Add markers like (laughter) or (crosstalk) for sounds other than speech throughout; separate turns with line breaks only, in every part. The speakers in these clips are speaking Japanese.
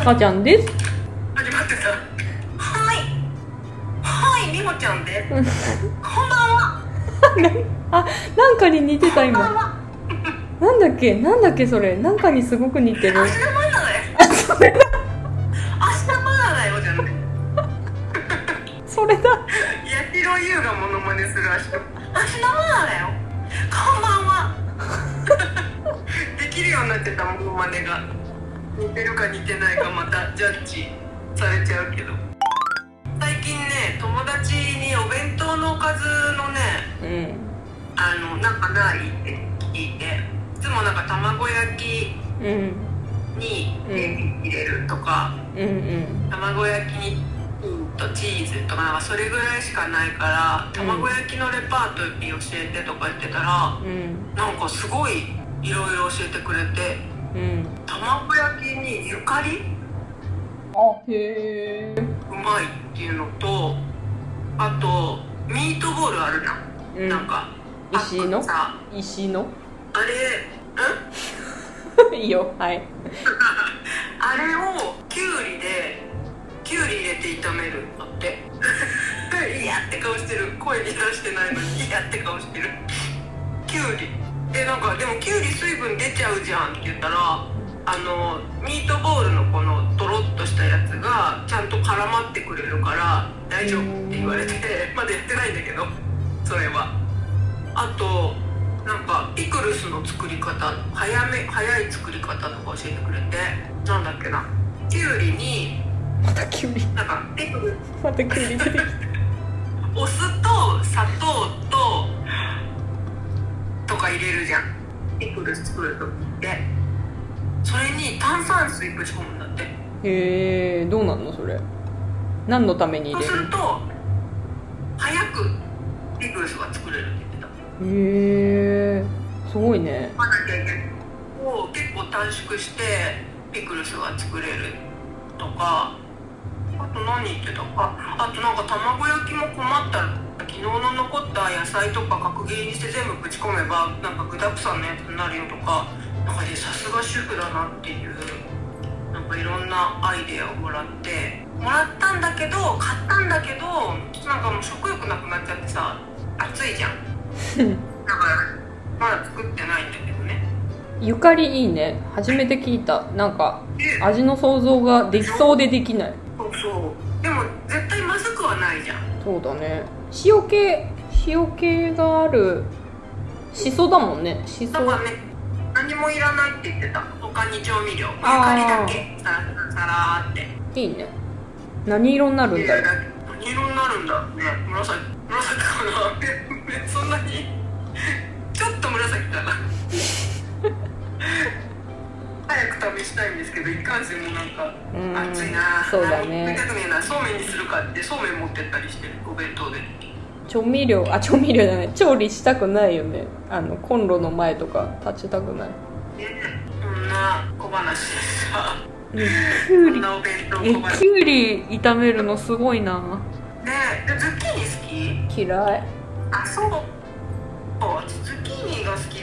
かちゃんです。 (laughs)
始まってさ「はいはいみもちゃんでこんばんは
あ、なんかに似てた
こんばん
今。
は
なんだっけ、なんだっけそれ。なんかにすごく似てる。
明日まだだよ
あ、それだ。
明日まだだよじゃなくて
それだ。
八尋優がモノマネする明日明日まだだよこんばんはできるようになってたモノマネが似てるか似てないかまたジャッジされちゃうけど最近ね友達にお弁当のおかずのね
うん。
あのなんかないって聞いていつもなんか卵焼き
うん。
に
うん
ネギ入れるとか、
うんうん。
卵焼きにとチーズとかなんかそれぐらいしかないから
うん
卵焼きのレパートリー教えてとか言ってたら
うん。
なんかすごいいろいろ教えてくれて
うん。
卵焼きにゆかり
あ、へえ。
うまいっていうのとあとミートボールあるな、
うん
なんか
石井の
あとさ
石の。 (laughs)
あれん
いいよ。はい。
あれをきゅうりできゅうり入れて炒めるのっていやって顔してる声に出してないのにいやって顔してるきゅうりでなんかでもきゅうり水分出ちゃうじゃんって言ったらあのミートボールのこのドロッとしたやつがちゃんと絡まってくれるから大丈夫って言われて (laughs) まだやってないんだけどそれはあとなんかピクルスの作り方早め早い作り方とか教えてくれてなんだっけなきゅうりに
またキュウリ。
なんかピクル
またキュウリ出てきた。
お酢と砂糖ととか入れるじゃんピクルス作る時ってそれに炭酸水ぶち込むんだって
へえ。どうなんのそれ。何のために
そ
入
う
れ
すると早くピクルスが作れるって言ってた
る。へえ。すごいね。 (laughs)
まだ経験を結構短縮してピクルスが作れるとかあと何言ってたかあとなんか卵焼きも困ったら昨日の残った野菜とか角切りにして全部ぶち込めばなんか具だくさんのやつになるよとかなんかねさすが主婦だなっていうなんかいろんなアイデアをもらってもらったんだけど買ったんだけどなんかもう食欲なくなっちゃってさ暑いじゃんだからまだ作ってないんだけどね
ゆかりいいね初めて聞いたなんか
で
味の想像ができそうでできない
そうそうでも絶対まずくはないじゃん
そうだね塩系塩系があるしそだもんねしそ
だからね何もいらないって言ってた他に調味料ゆ
あ
か
ー
りだけサラサラサラーって
いいね何色になるんだろう
何色になるんだろうね紫紫かなえ (laughs) そんなにちょっと紫かな (laughs) 早く試したいんですけどいかんせんもうなんか
うん
暑いな
そうだ
何も食い
ね
たくねえなそうめんにするかってそうめん持ってったりしてるお弁当で
調味料あ調味料じゃない調理したくないよねあのコンロの前とか立ちたくない
ねこんな小話でした
きゅ
こ
うんり
なお弁当
え
小話
きゅうり炒めるのすごいな
ねえでズッキーニ
嫌い
好きあそうそうズッキーニが好きで、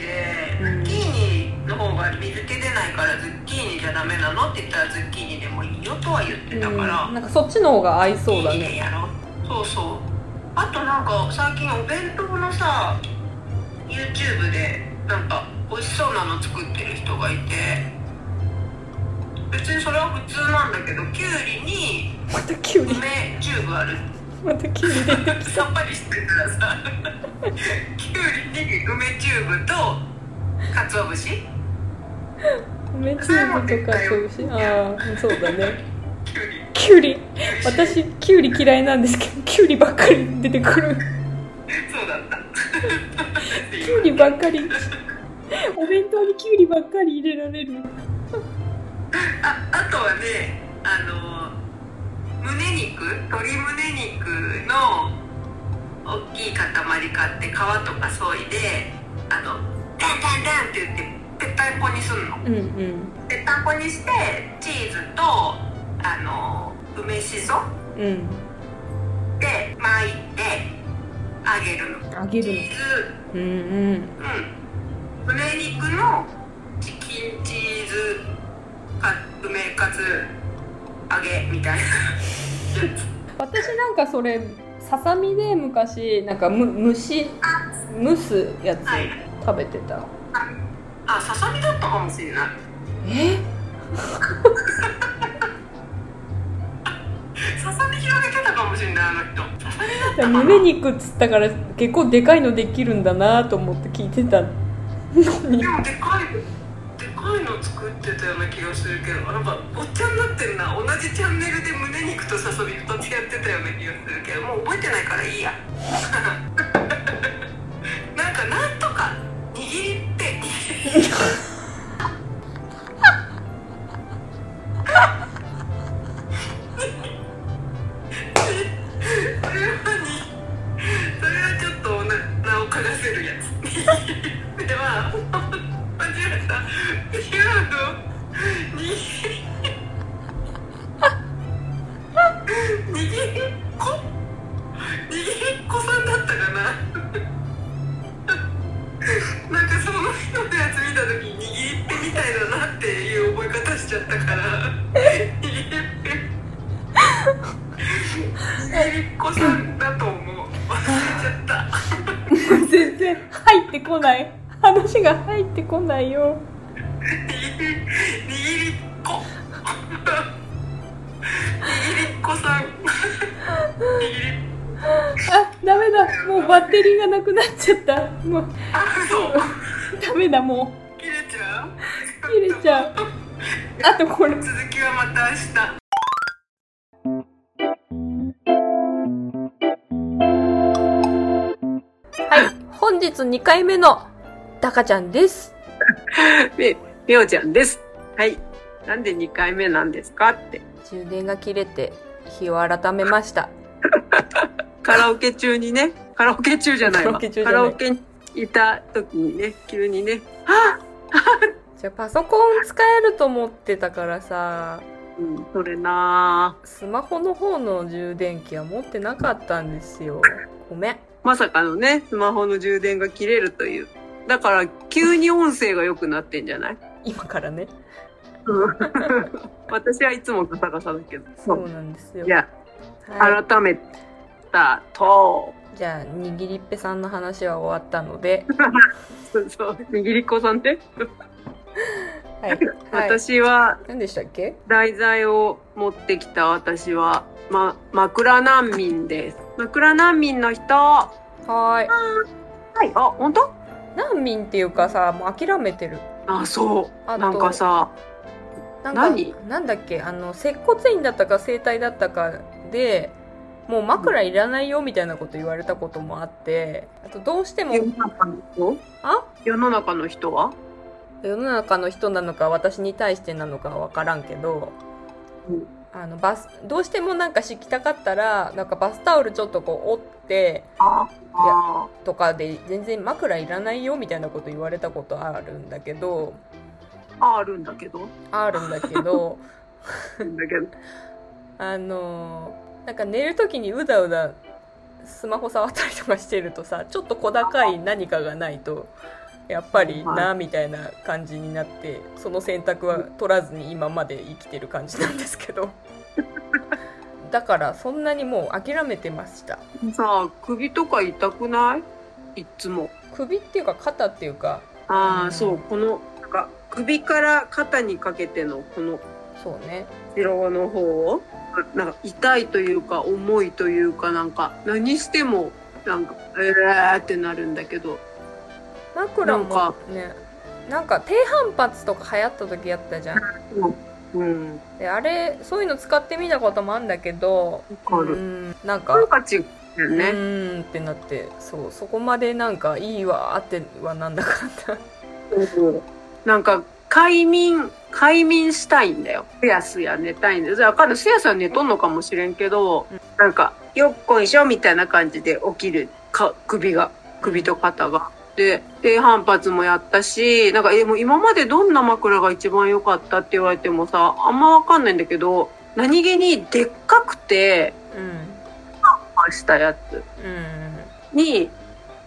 うん
ズッキーニの方が水気出ないからズッキーニじゃダメなのって言ったらズッキーニでもいいよとは言っ
う
て
ん
たから、
なんかそっちの方が合いそうだ
いい
ね
やろそうそうあとなんか最近お弁当のさ YouTube でなんか美味しそうなの作ってる人がいて別にそれは普通なんだけどきゅうりに
またきゅうり
梅チューブある
またきゅうり出てき
さっぱりしてたらさきゅうりに梅チューブと鰹節
梅チューブとかそうしああそうだね
きゅう
キュウ
り
リ私キュウリ嫌いなんですけどキュウリばっかり出てくる
そうだった
キュウリばっかりお弁当にキュウリばっかり入れられる
ああとはねあの胸肉鶏胸肉の大きい塊買って皮とかそいであのダンダンダンって言ってぺったんこにすんの
うんうん
ぺったんこにしてチーズとあの梅しそ
うん
で巻いて揚げるの
揚げ
チ
る
ーズ
のうん
うん胸肉のチキンチーズか梅カツ
揚げみたいなやつ
私なんかそれささみで昔なんかむ蒸し
あ
蒸すやつ
はい
食べてた
あささみだったかもしれない
え
ささみ広げてたかもしれないあの人ささみだったかな
胸肉っつったから結構でかいのできるんだなと思って聞いてたのに
でもでかいでかいの作ってたような気がするけどなんかおっちゃんになってるな同じチャンネルで胸肉とささみ2つやってたような気がするけどもう覚えてないからいいやなんかなんとか (laughs) 握りってそれはにそれはちょっとお腹をかがせるやつ (laughs) では間違えた違うのに握りっこ握りっこさんだったかななんかその人のやつ見た時に握りっぺみたいだなっていう覚え方しちゃったから握りっぺ握りっこさんだと思う忘れちゃった
(laughs) 全然入ってこない話が入ってこないよ
握り握りっこ握りっこさん握り
あダメだもうバッテリーがなくなっちゃったもう
あそう
ダメだも
切れちゃう
う切れちゃうあとこれ
続きはまた明日
はい本日2回目のタカちゃんです
み、みおちゃんです。はい。なんで2回目なんですかって。
充電が切れて日を改めました
カラオケ中にね、カラオケ中じゃないわ。
カラオケ中じゃない
カラオケにいた時にね、急にね、
じゃあパソコン使えると思ってたからさ
うん、それなぁ
スマホの方の充電器は持ってなかったんですよごめん
まさかのね、スマホの充電が切れるという。だから、急に音声が良くなってんじゃない
今からね
うん私はいつもガサガサだけど。
そうなんですよ
じゃ
は
あ、
い、
改めたと、
じゃあ握りっぺさんの話は終わったので、
そうそう、握りっこさんね。
はいはい、
(laughs) 私は、
何でしたっけ
題材を持ってきた私は、ま、枕難民です。枕難民の人は
はーい
い。あ、本当
難民っていうかさもう諦めてる
あ、そ
あ
う。
と
なんかさ、
なんか
何
なんだっけあの接骨院だったか整体だったかでもう枕いらないよみたいなこと言われたこともあってあとどうしても
世の中の人
あ
世の中の人は
世の中の人なのか私に対してなのかわからんけど、
うん
あのバスどうしてもなんか敷きたかったらなんかバスタオルちょっとこう折って
ああ
とかで全然枕いらないよみたいなこと言われたことあるんだけど
あ、あるんだけど。
あるんだけど
あるんだけど。
あのなんか寝る時にうだうだスマホ触ったりとかしてるとさちょっと小高い何かがないとやっぱりなみたいな感じになってその選択は取らずに今まで生きてる感じなんですけ
(laughs)
どだからそんなにもう諦めてました
さあ、首とか痛くないいっつも。
首っていうか肩っていうか
あ
うん
あ、そう。この、なんか、首から肩にかけての、この、
そうね
後ろの方をなんか痛いというか重いというかなんか何してもなんかえーってなるんだけど
枕も
なんか
ねなんか低反発とか流行った時やったじゃん
うんわ
であれそういうの使ってみたこともあるんだけど
か
う
る
んなんか
なんか違うよ
う
ね
ーんってなってそうそこまでなんかいいわーってはなんだかんだ
うんなんか快眠快眠したいんだよすやすや寝たいんだよだからすやすや寝とんのかもしれんけどなんかよっこいしょみたいな感じで起きるか首が首と肩が。で、低反発もやったし、なんか、え、もう今までどんな枕が一番良かったって言われてもさ、あんまわかんないんだけど、何気にでっかくて、
うん
したやつ
うん
に、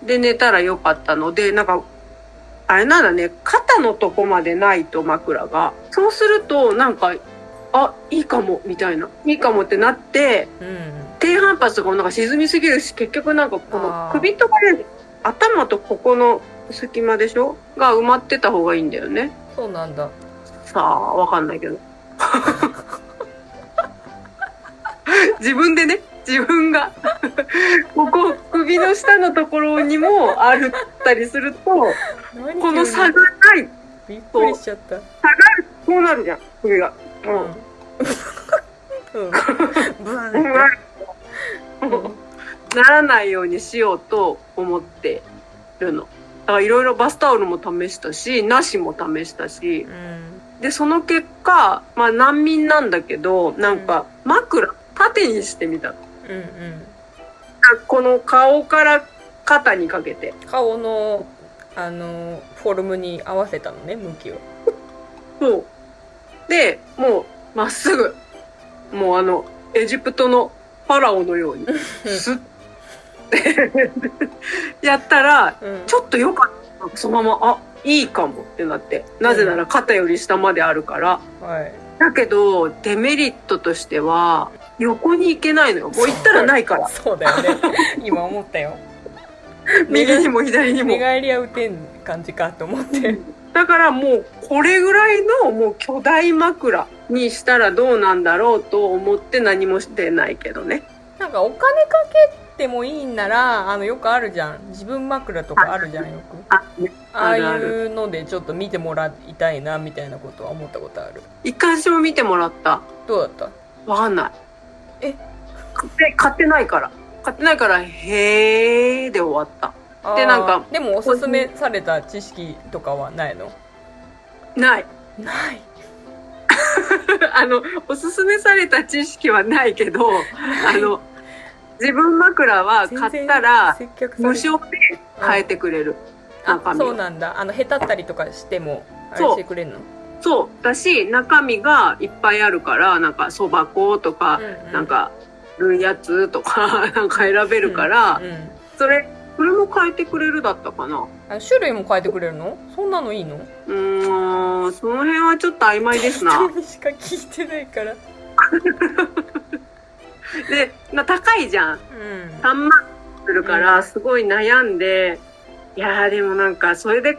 で寝たら良かったので、なんか、あれなんだね、肩のとこまでないと枕が。そうすると、なんか、あいいかもみたいないいかもってなって
うん
低反発とかもなんか沈みすぎるし結局なんかこ
あ
の
ー
首とかね頭とここの隙間でしょが埋まってた方がいいんだよね
そうなんだ
さあわかんないけど (laughs) 自分でね自分がここ首の下のところにもあるったりすると
何
この
急
差
に
がない
びっくりしちゃった
こうなるじゃん首が。う
うん (laughs) んうんブーンって
うんならないようにしようと思ってるの。だからいろいろバスタオルも試したし、なしも試したし
う、ん
で、その結果、まあ難民なんだけど、なんか枕、縦にしてみたの。
うんうん
この顔から肩にかけて。
顔のあのフォルムに合わせたのね向きを
そう。で、もうまっすぐ。もうあの、エジプトのファラオのように、スッ (laughs) てやったら、
うん
ちょっと良かった。そのまま、あ、いいかもってなって。なぜなら肩より下まであるから。
はい
だけど、デメリットとしては、横に行けないのよ。もう行ったらないから。
そうだよ (laughs) ね今思った (laughs) よ
右にも左に
寝
も。
返りは打てん感じかと思って
だからもう、これぐらいのもう巨大枕にしたらどうなんだろうと思って何もしてないけどね。
なんかお金かけてもいいんならあのよくあるじゃん自分枕とかあるじゃんよく
あ、ね
ああ
あ
い
るある
うのでちょっと見てもらいたいなみたいなことは思ったことある
一回私も見てもらった。
どうだった
わかんない。
え
買って、買ってないから。買ってないから、へーで終わった。
あー
でなんか
でもおすすめされた知識とかはないの
ない。 (laughs)
ない
あの、おすすめされた知識はないけど、あの、自分枕は買ったら、
全然接客さ
無
れて
償で変えてくれる。
あ
中身
そうなんだあのへたったりとかしてもあれ
そう
してくれるの
そう。だし、中身がいっぱいあるから、なんか、そば粉とか、
うんうん
なんか、るやつとか、なんか選べるから、
うんうん
それ、それも変えてくれるだったかな。
あ種類も変えてくれるのそんなのいいの
うーん、その辺はちょっと曖昧です
人。
な
(laughs) にしか聞いてないから
で、な高いじゃん。
うん
3万するから、すごい悩んで、いやーでもなんか、それで、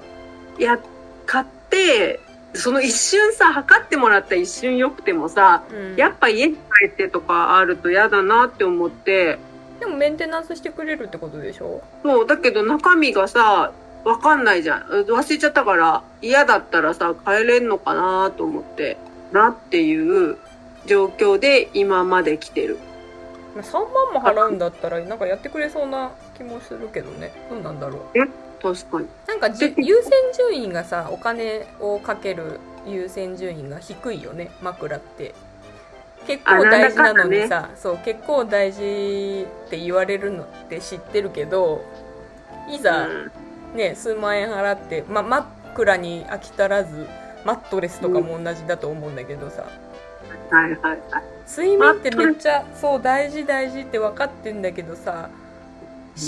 いや、買って、その一瞬さ、測ってもらった一瞬良くてもさ、
うん
やっぱ家に帰ってとかあると嫌だなって思って、
でもメンテナンスしてくれるってことでしょ
もうだけど中身がさ、わかんないじゃん。忘れちゃったから、嫌だったらさ、帰れんのかなと思って、なっていう状況で今まで来てる。
まあ3万も払うんだったらなんかやってくれそうな気もするけどねどうなんだろう
確かに。
なんか (laughs) じゅ優先順位がさお金をかける優先順位が低いよね枕って結構大事なのにさ、そう結構大事って言われるのって知ってるけどいざ
うん
ね数万円払って、ま、枕に飽き足らずマットレスとかも同じだと思うんだけどさ、
はいはいはい。
睡眠ってめっちゃそう大事大事って分かってんだけどさ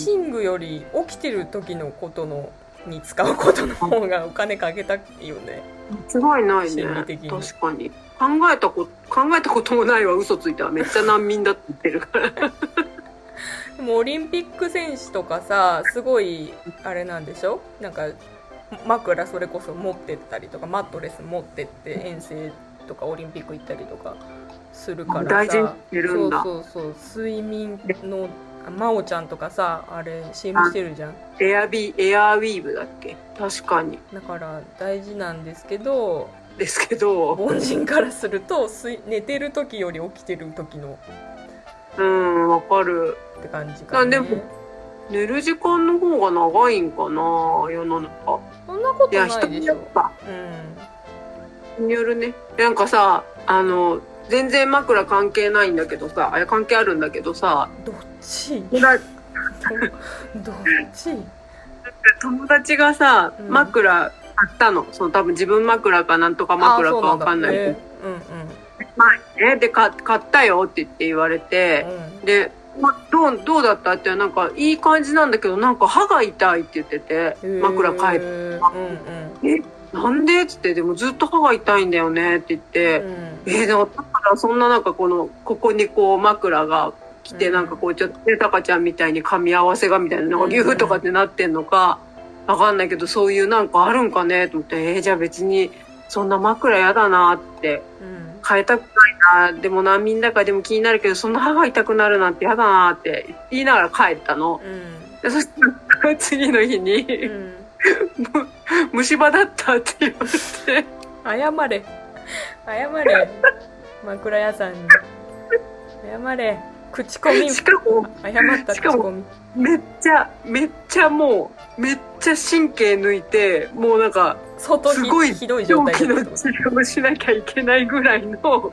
寝具より起きてる時のことのに使うことの方がお金かけたいよね
すごいないね
心理的に
確かに考えたこと考えたこともないわ嘘ついたわめっちゃ難民だって言ってるから
でもオリンピック選手とかさすごいあれなんでしょなんか枕それこそ持ってったりとかマットレス持ってって遠征とかオリンピック行ったりとかするからさ
大事にしてるんだ
そうそうそう睡眠のあ真央ちゃんとかさあれ CM してるじゃん
エアビーエアウィーブだっけ確かに
だから大事なんですけど
ですけど
凡人からすると睡寝てる時より起きてる時の
うんわかる
って感じか、ね、
あでも寝る時間の方が長いんかな世の中
そんなこ
い
と
や
な
人
いで
に
し
よ
ょ
っ、ぱ
うん、
人によるねなんかさあの全然枕関係ないんだけどさあいや関係あるんだけどさ
どっちど
な
どっち
友達がさ
うん
枕買ったのその多分自分枕かなんとか枕かわかんないけど
えーうん
前ねでか買ったよって言って言われて
うんうん
でまどう、どうだったって、なんか、いい感じなんだけど、なんか歯が痛いって言ってて、枕
変
帰
え
って、
うん
なんでっつって、でもずっと歯が痛いんだよねって言って、
うんうん
えーでも、だからそんななんかこの、ここにこう枕が来て、
うん
なんかこうちょっと、ね、タカちゃんみたいに噛み合わせがみたいな、なんかギューとかってなってんのか、わかんないけど、そういうなんかあるんかねと思って、えーじゃあ別に、そんな枕やだなって、
うん
変えたくないな、でも難民だからでも気になるけど、そんな歯が痛くなるなんてやだなって言いながら帰ったの。
うん
でそしたら、次の日に、
うん
む (laughs) 虫歯だったって言われて、
謝れ謝れ枕屋さんに謝れ口コミ
し
謝
かも、
った
しか
口
も
コミ
めっちゃめっちゃもうめっちゃ神経抜いてもうなんか
相当
すごい
ひひどい状
病
態
気
だ
の
った
治療をしなきゃいけないぐらいの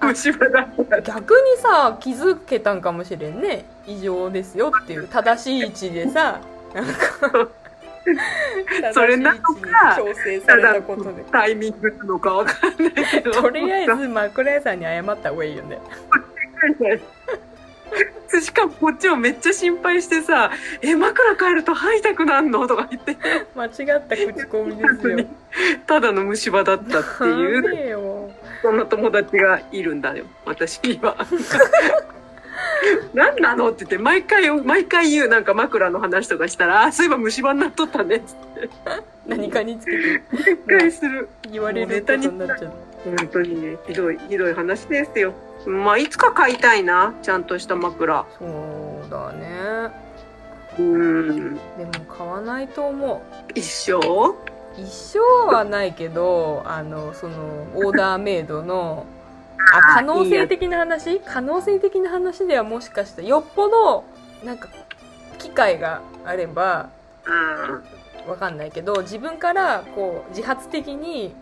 あ
虫歯だった
逆にさ気づけたんかもしれんね異常ですよっていう正しい位置でさなんか
(laughs) それなのか
正しい位置に矯正さ
た
れ
だ
たことで
タイミングなのかわかんないけど
とりあえず枕屋さんに謝った方がいいよね
ずしかもこっちもめっちゃ心配してさ「え枕変えると歯痛くなんの?」とか言って
間違った口コミですよ
ただの虫歯だったってい
ダ
う
メよ
そんな友達がいるんだよ私には。 (laughs) 何なのって言って毎回毎回言うなんか枕の話とかしたら「あそういえば虫歯になっとったね」って
何かにつけて
一回する
言われることになっちゃう
本当にねひどいひどい話ですよまあいつか買いたいなちゃんとした枕
そうだね
うん
でも買わないと思う
一生
一生はないけどあのそのオーダーメイドのあ
あ
可
ー
能
いいや
性的な話可能性的な話ではもしかしたらよっぽどなんか機会があれば
うん
わかんないけど自分からこう自発的に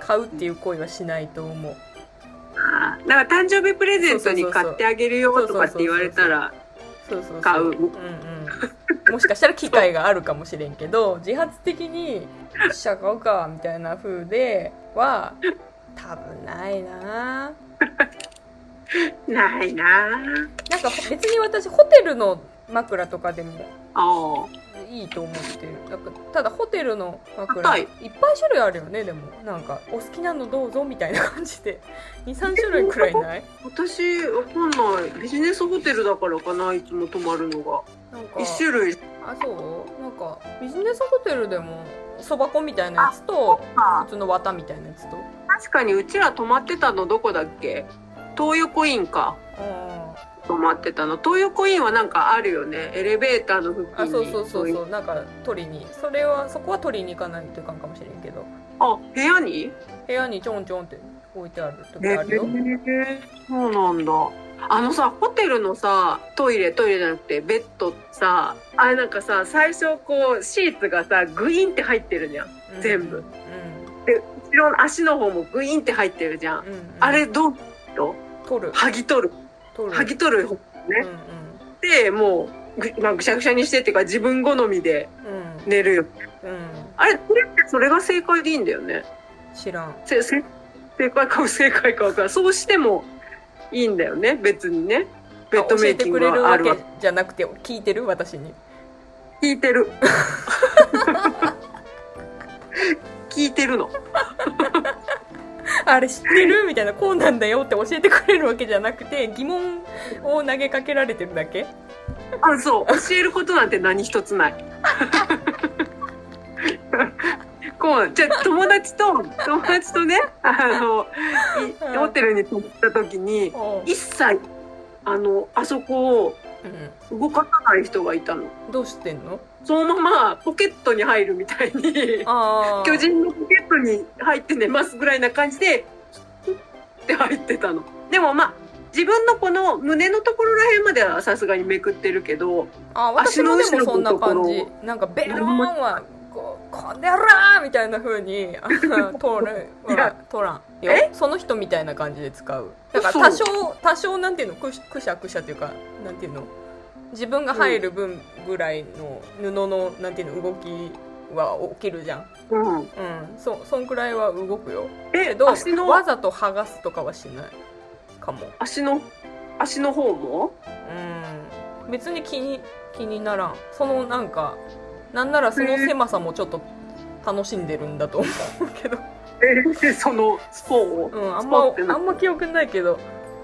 買うっていう行為はしないと思う
あーだから誕生日プレゼントに
そうそうそうそう
買ってあげるよとかって言われたら
そうそうそう
買う
うんうん、もしかしたら機会があるかもしれんけど自発的に「一社買うか」みたいな風では多分ないな
ないな
なんか別に私ホテルの枕とかでも
あ
いいと思ってるなんかただホテルの枕、
はい
い、っぱい種類あるよねでもなんかお好きなのどうぞみたいな感じで23種類くらいない
私わかんないビジネスホテルだからかないつも泊まるのが
なんか
一種類
あそうなんかビジネスホテルでもそば粉みたいなやつと普通の綿みたいなやつと
確かにうちら泊まってたのどこだっけ東横インか
あ
泊まってたの東横インはなんかあるよねエレベーターの付
あ
近に
そうそうそう
い
そうなんか取りにそれはそこは取りに行かないといかんかもしれんけど
あ部屋に
部屋にちょんちょんって置いてある時
え
あるよ、
そうなんだあのさホテルのさトイレトイレじゃなくてベッドさあれなんかさ最初こうシーツがさグインって入ってるじゃん
うん
全部
うん
後ろの足の方もグインって入ってるじゃん、
うんうん
あれどうと
取る
剥ぎ取る
取る
剥ぎ取る方
うんうん
でもうぐ,、まあ、ぐしゃぐしゃにしてっていうか自分好みで
うん
寝るよ
うん
あれこれってそれが正解でいいんだよね
知らん
せせ正解か不正解か分からんそうしてもいいんだよね別にねベッドメイキング
あ教えてくれる
はあ
わ
るわ
けじゃなくて聞いてる私に
聞いてる (laughs) 聞いてるの
あれ知って
(laughs)
るみたいなこうなんだよって教えてくれるわけじゃなくて疑問を投げかけられてるだけ
あそう教えることなんて何一つない (laughs) こうじゃあ友達と友達とねあのい
うん
ホテルに泊まった時に
おう
一切あのあそこを
う
動かさない人がいたの
ん、どうしてんの
そのままポケットに入るみたいに
ああ
巨人のポケットに入って寝ますぐらいな感じでって入ってたのでもまあ自分のこの胸のところらへんまではさすがにめくってるけど
あ私もで
足
も
の
そ
後ろ
ん
の
な
ところ
感じなんかベローンはこう「こんでやら!」みたいな風
(laughs)
にあの通る
いや
は通らんよその人みたいな感じで使うだから多
嘘
少多少なんていうのくしくしゃくしゃっていうかなんていうの自分が入る分ぐらいの布のなんていうの動きは起きるじゃん
うん
うんそそんくらいは動くよ
え
けど
足の
わざと剥がすとかはしないかも
足の足の方も
うん別に気に気にならんそのなんかなんならその狭さもちょっと楽しんでるんだと思うけど
え (laughs) そのスポーンを、
うんあん
スポーンって
ま
な
あんま記憶ないけど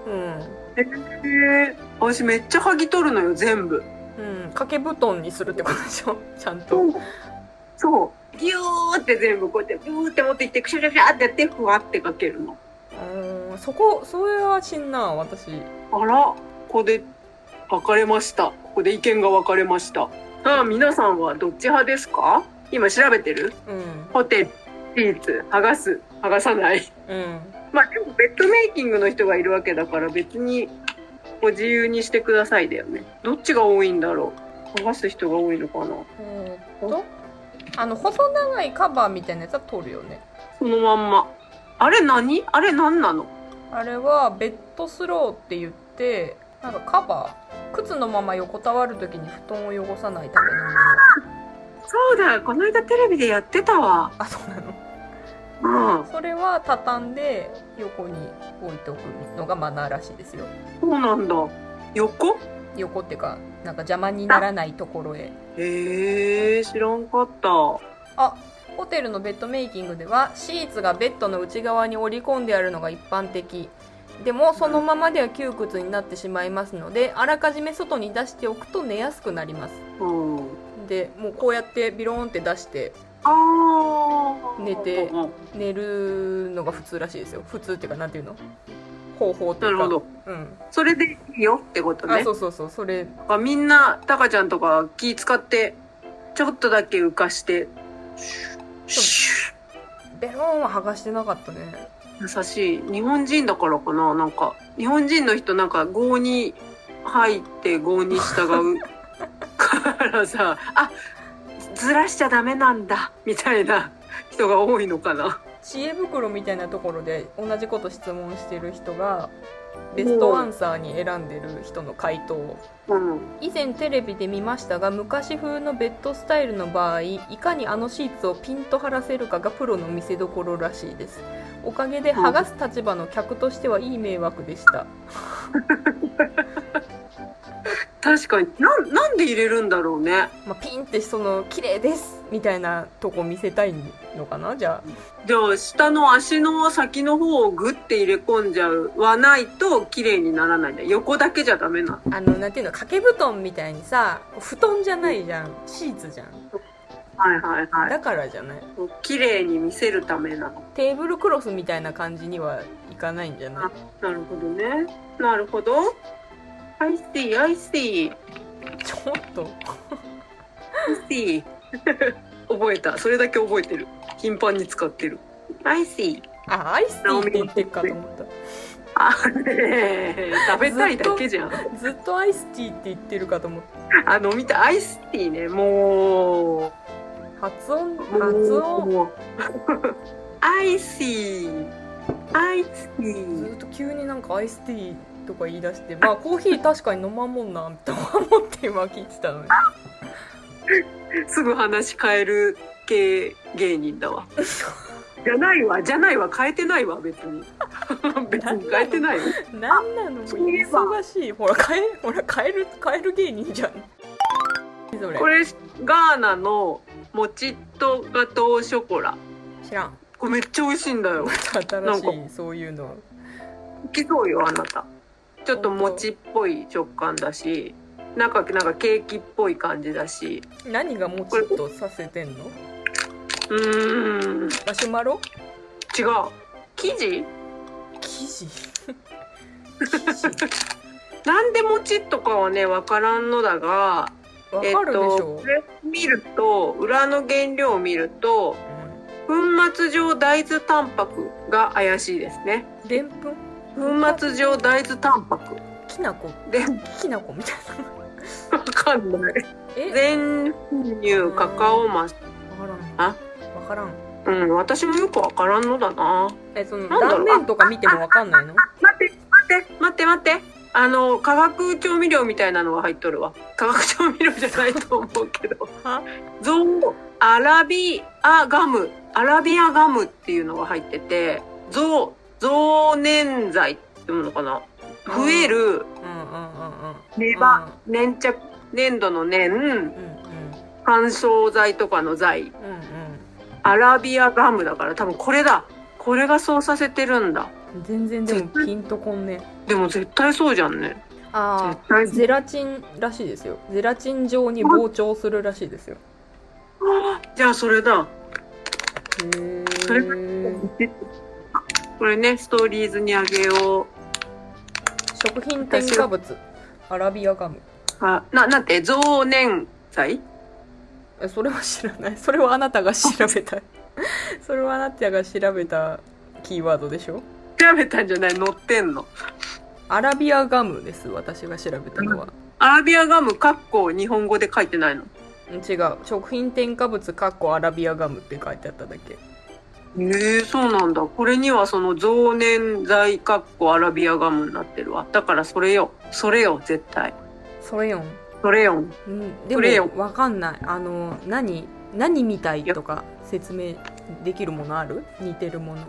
うん、
えー私めっちゃ剥ぎ取るのよ全部
うん、掛け布団にするってことでしょちゃんと
そうそうギューって全部こうやってビューって持っていってクシャクシャクシャってやってふわってかけるの
うんそこそれは死んな私
あらここで分かれましたここで意見が分かれましたさあ皆さんはどっち派ですか今調べてる
うん
ホテルシーツ剥がす剥がさない
うん
まあでもベッドメイキングの人がいるわけだから別にご自由にしてくださいだよねどっちが多いんだろう剥がす人が多いのかな
えーっとあの細長いカバーみたいなやつは取るよね
そのまんまあれ何あれ何なの
あれはベッドスローって言ってなんかカバー靴のまま横たわる時に布団を汚さないためのもの
そうだこの間テレビでやってたわ
あそうなの
うん
それは畳んで横に置いておくのがマナーらしいですよ
そうなんだ横
横っていうかなんか邪魔にならないところへ
へえ知らんかった
あホテルのベッドメイキングではシーツがベッドの内側に折り込んであるのが一般的でもそのままでは窮屈になってしまいますのであらかじめ外に出しておくと寝やすくなります
うん
でもうこうやってビローンって出して
あー
寝て
うんうん
寝るのが普通らしいですよ普通っていうかなんていうの方法って
ないる
うか
ほど
うん
それでいいよってことね
あそうそうそうそれ
あみんなタカちゃんとか気使ってちょっとだけ浮かしてシュ
ベローンは剥がしてなかったね
ッ優しい日本人だからかななんか日本人の人なんか郷に入って郷に従うからさ (laughs) あずらしちゃダメなんだみたいな人が多いのかな
知恵袋みたいなところで同じこと質問してる人がベストアンサーに選んでる人の回答を
うん
以前テレビで見ましたが昔風のベッドスタイルの場合いかにあのシーツをピンと張らせるかがプロの見せどころらしいですおかげで剥がす立場の客としてはいい迷惑でした
確かになんなんで入れるんだろうね
まあ、ピンってその綺麗ですみたいなとこ見せたいのかなじゃ
では下の足の先の方をグッて入れ込んじゃうはないと綺麗にならないんだ横だけじゃダメなの
ああのなんていうの掛け布団みたいにさ布団じゃないじゃんシーツじゃん
はいはいはい。
だからじゃない
綺麗に見せるためなの。
テーブルクロスみたいな感じにはいかないんじゃない
なるほどね。なるほど。I see, I see,
ちょっと
I see. (laughs) 覚えた。それだけ覚えてる。頻繁に使ってる。I see. (laughs)
あアイスティーって言ってるかと思った
あれ、食べたいだけじゃん。
ずっとアイスティーって言ってるかと思った
あ、飲みたい。アイスティーね。も
発音
う。も
発
う。
音
もう I see. I see.
ずっと急になんかアイスティーとか言い出してまあコーヒー確かに飲まんもんなと思って今聞いてたのに
すぐ話変える系芸人
(laughs)
だわ。じゃないわ、じゃないわ、変えてないわ、別
(laughs)
に。別に変えてないわ。
なんなの
そういえば
忙しいほら変えほら変える変える芸人じゃんそれ
これ、ガーナのモチッとガトーショコラ。
知らん
これめっちゃ美味しいんだよ
ま。た
なん
新しいそういうの
好きそうよ、あなた。ちょっともちっぽい食感だし、なんか、なんかケーキっぽい感じだし。
何がもちっとさせてんの
うーん、違う。
マシュマロ
生地
生地
(laughs) なんでもちっとかはね、わからんのだが、
わか
えっ
るでし
と
ょ
こ、れ見ると裏の原料を見ると粉末状大豆タンパクが怪しいですね
うんでんぷん
粉末状大豆タンパク
きなこ
で
きなこみたいな
わかんない
え
全乳カカオマス
わから
あ
んわからん
うん私もよくわからんのだな
えその
なんだろ
断
う
面とか見てもわかんないの
待って待って待って待ってあの化学調味料みたいなのが入っとるわ化学調味料じゃないと思うけど
は
ゾウアラビアガムアラビアガムっていうのが入っててゾウ増粘剤っていうのかな増える
うんうんうん
ネバ、粘着、粘土の粘、
うんうん
乾燥剤とかの剤、
うん
アラビアガムだから多分これだ。これがそうさせてるんだ。
うん全然でもピンとこんね
でも絶対そうじゃんね。
あ
絶
あ
対
ゼラチンらしいですよゼラチン状に膨張するらしいですよ
じゃあそれだ。
へえ
それがこれね、ストーリーズにあげよ
食品添加物アラビアガム
う。あ、な、なんて、増粘剤
えそれは知らない (laughs) それはあなたが調べた (laughs) それはあなたが調べたキーワードでしょ
調べたんじゃない乗ってんの。
アラビアガムです私が調べたのは、
アラビアガム、カッコ、日本語で書いてないの。
違う食品添加物かっこアラビアガムって書いてあっただけ
ええそうなんだ。これにはその増粘剤かっこアラビアガムになってるわ。だからそれよ。それよ、絶対。
それよん
それよ。
うん
それ
で
よ
もわかんないあの何何みたいとか説明できるものある似てるもの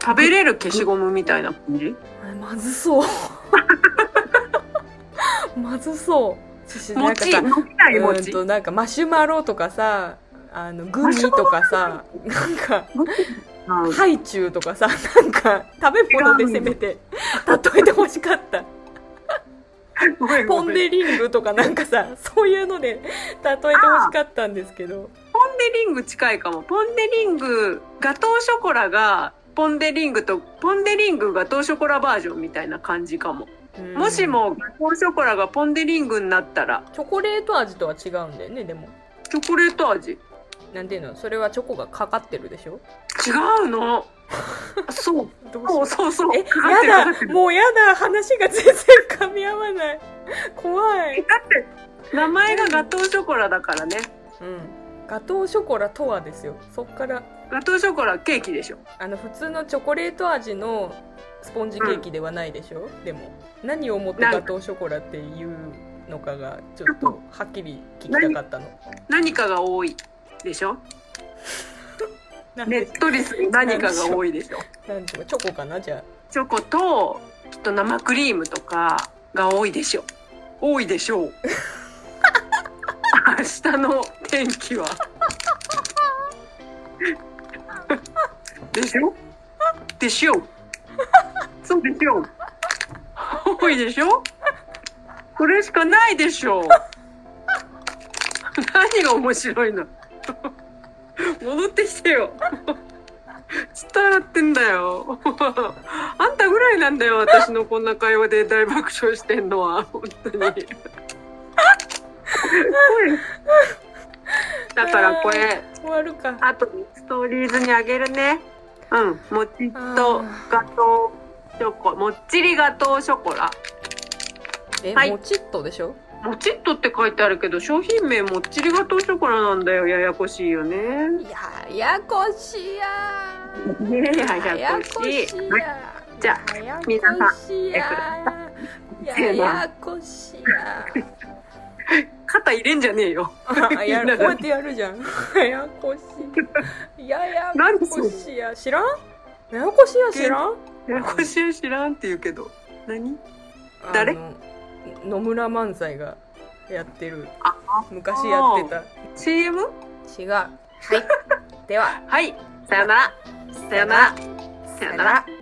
食べれる消しゴムみたいな感じ
あれまず (laughs) そうまずそう私なんか
餅、
さ
飲みたい
うん
餅。
となんかマシュマロとかさあのグミとかさなんか
うん
ハイチュウとかさなんか食べ物でせめて例えてほしかった
ごめん
ポ
ご
ン
めん
デリングとかなんかさそういうので例えてほしかったんですけど
ポンデリング近いかも。ポンデリング、ガトーショコラが、ポンデリングと、ポンデリングガトーショコラバージョンみたいな感じかも。
うん
もしもガトーショコラがポンデリングになったら、
チョコレート味とは違うんだよねでも
チョコレート味。違
なんていうのそれはチョコがかかってるでしょ (laughs)
うの。そう、
どうし
そ
よ
うそうそう。
えや
かかってるかかって
だ
る
もうやだ話が全然噛み合わない怖い
だって名前がガトーショコラだからね
うんガトーショコラとはですよそっから
ガトーショコラケーキでしょ
あの普通のチョコレート味のスポンジケーキではないでしょ、でも何をもってガトーショコラっていうのかがちょっとはっきり聞きたかったの
何かが多いでしょ
なん
ね
で
っとりする何かが多いでしょ
なんでしょうチョコかなじゃ
チョコときっと生クリームとかが多いでしょ多いでしょう (laughs) 明日の天気はでしょでしょうそうでしょう多いでしょこれしかないでしょう何が面白いの戻ってきてよちょっと笑ってんだよ。あんたぐらいなんだよ、私のこんな会話で大爆笑してんのは、本当に。だからこれ、
あ終わるか
あとストーリーズにあげるね。うん、もちっとガトーショコ、もっちりガトーショコラ。
え、
はい
もちっとでしょ
もちっとって書いてあるけど、商品名もっちりガトーショコラなんだよ。ややこしいよね。
いややこしや
ねややこしい。
や
じゃあ皆さん
や
や
やこしや
肩入れんじゃねえよ。
あやるこうやってやるじゃんややこしやや
なんでそ
こ
う
しや知らんややこしや知らん
ややこしい知らんって言うけど。何誰
あの野村萬斎がやってる昔やってた
?CM?
違うはいでは
はい。さよなら。さよなら。さよなら。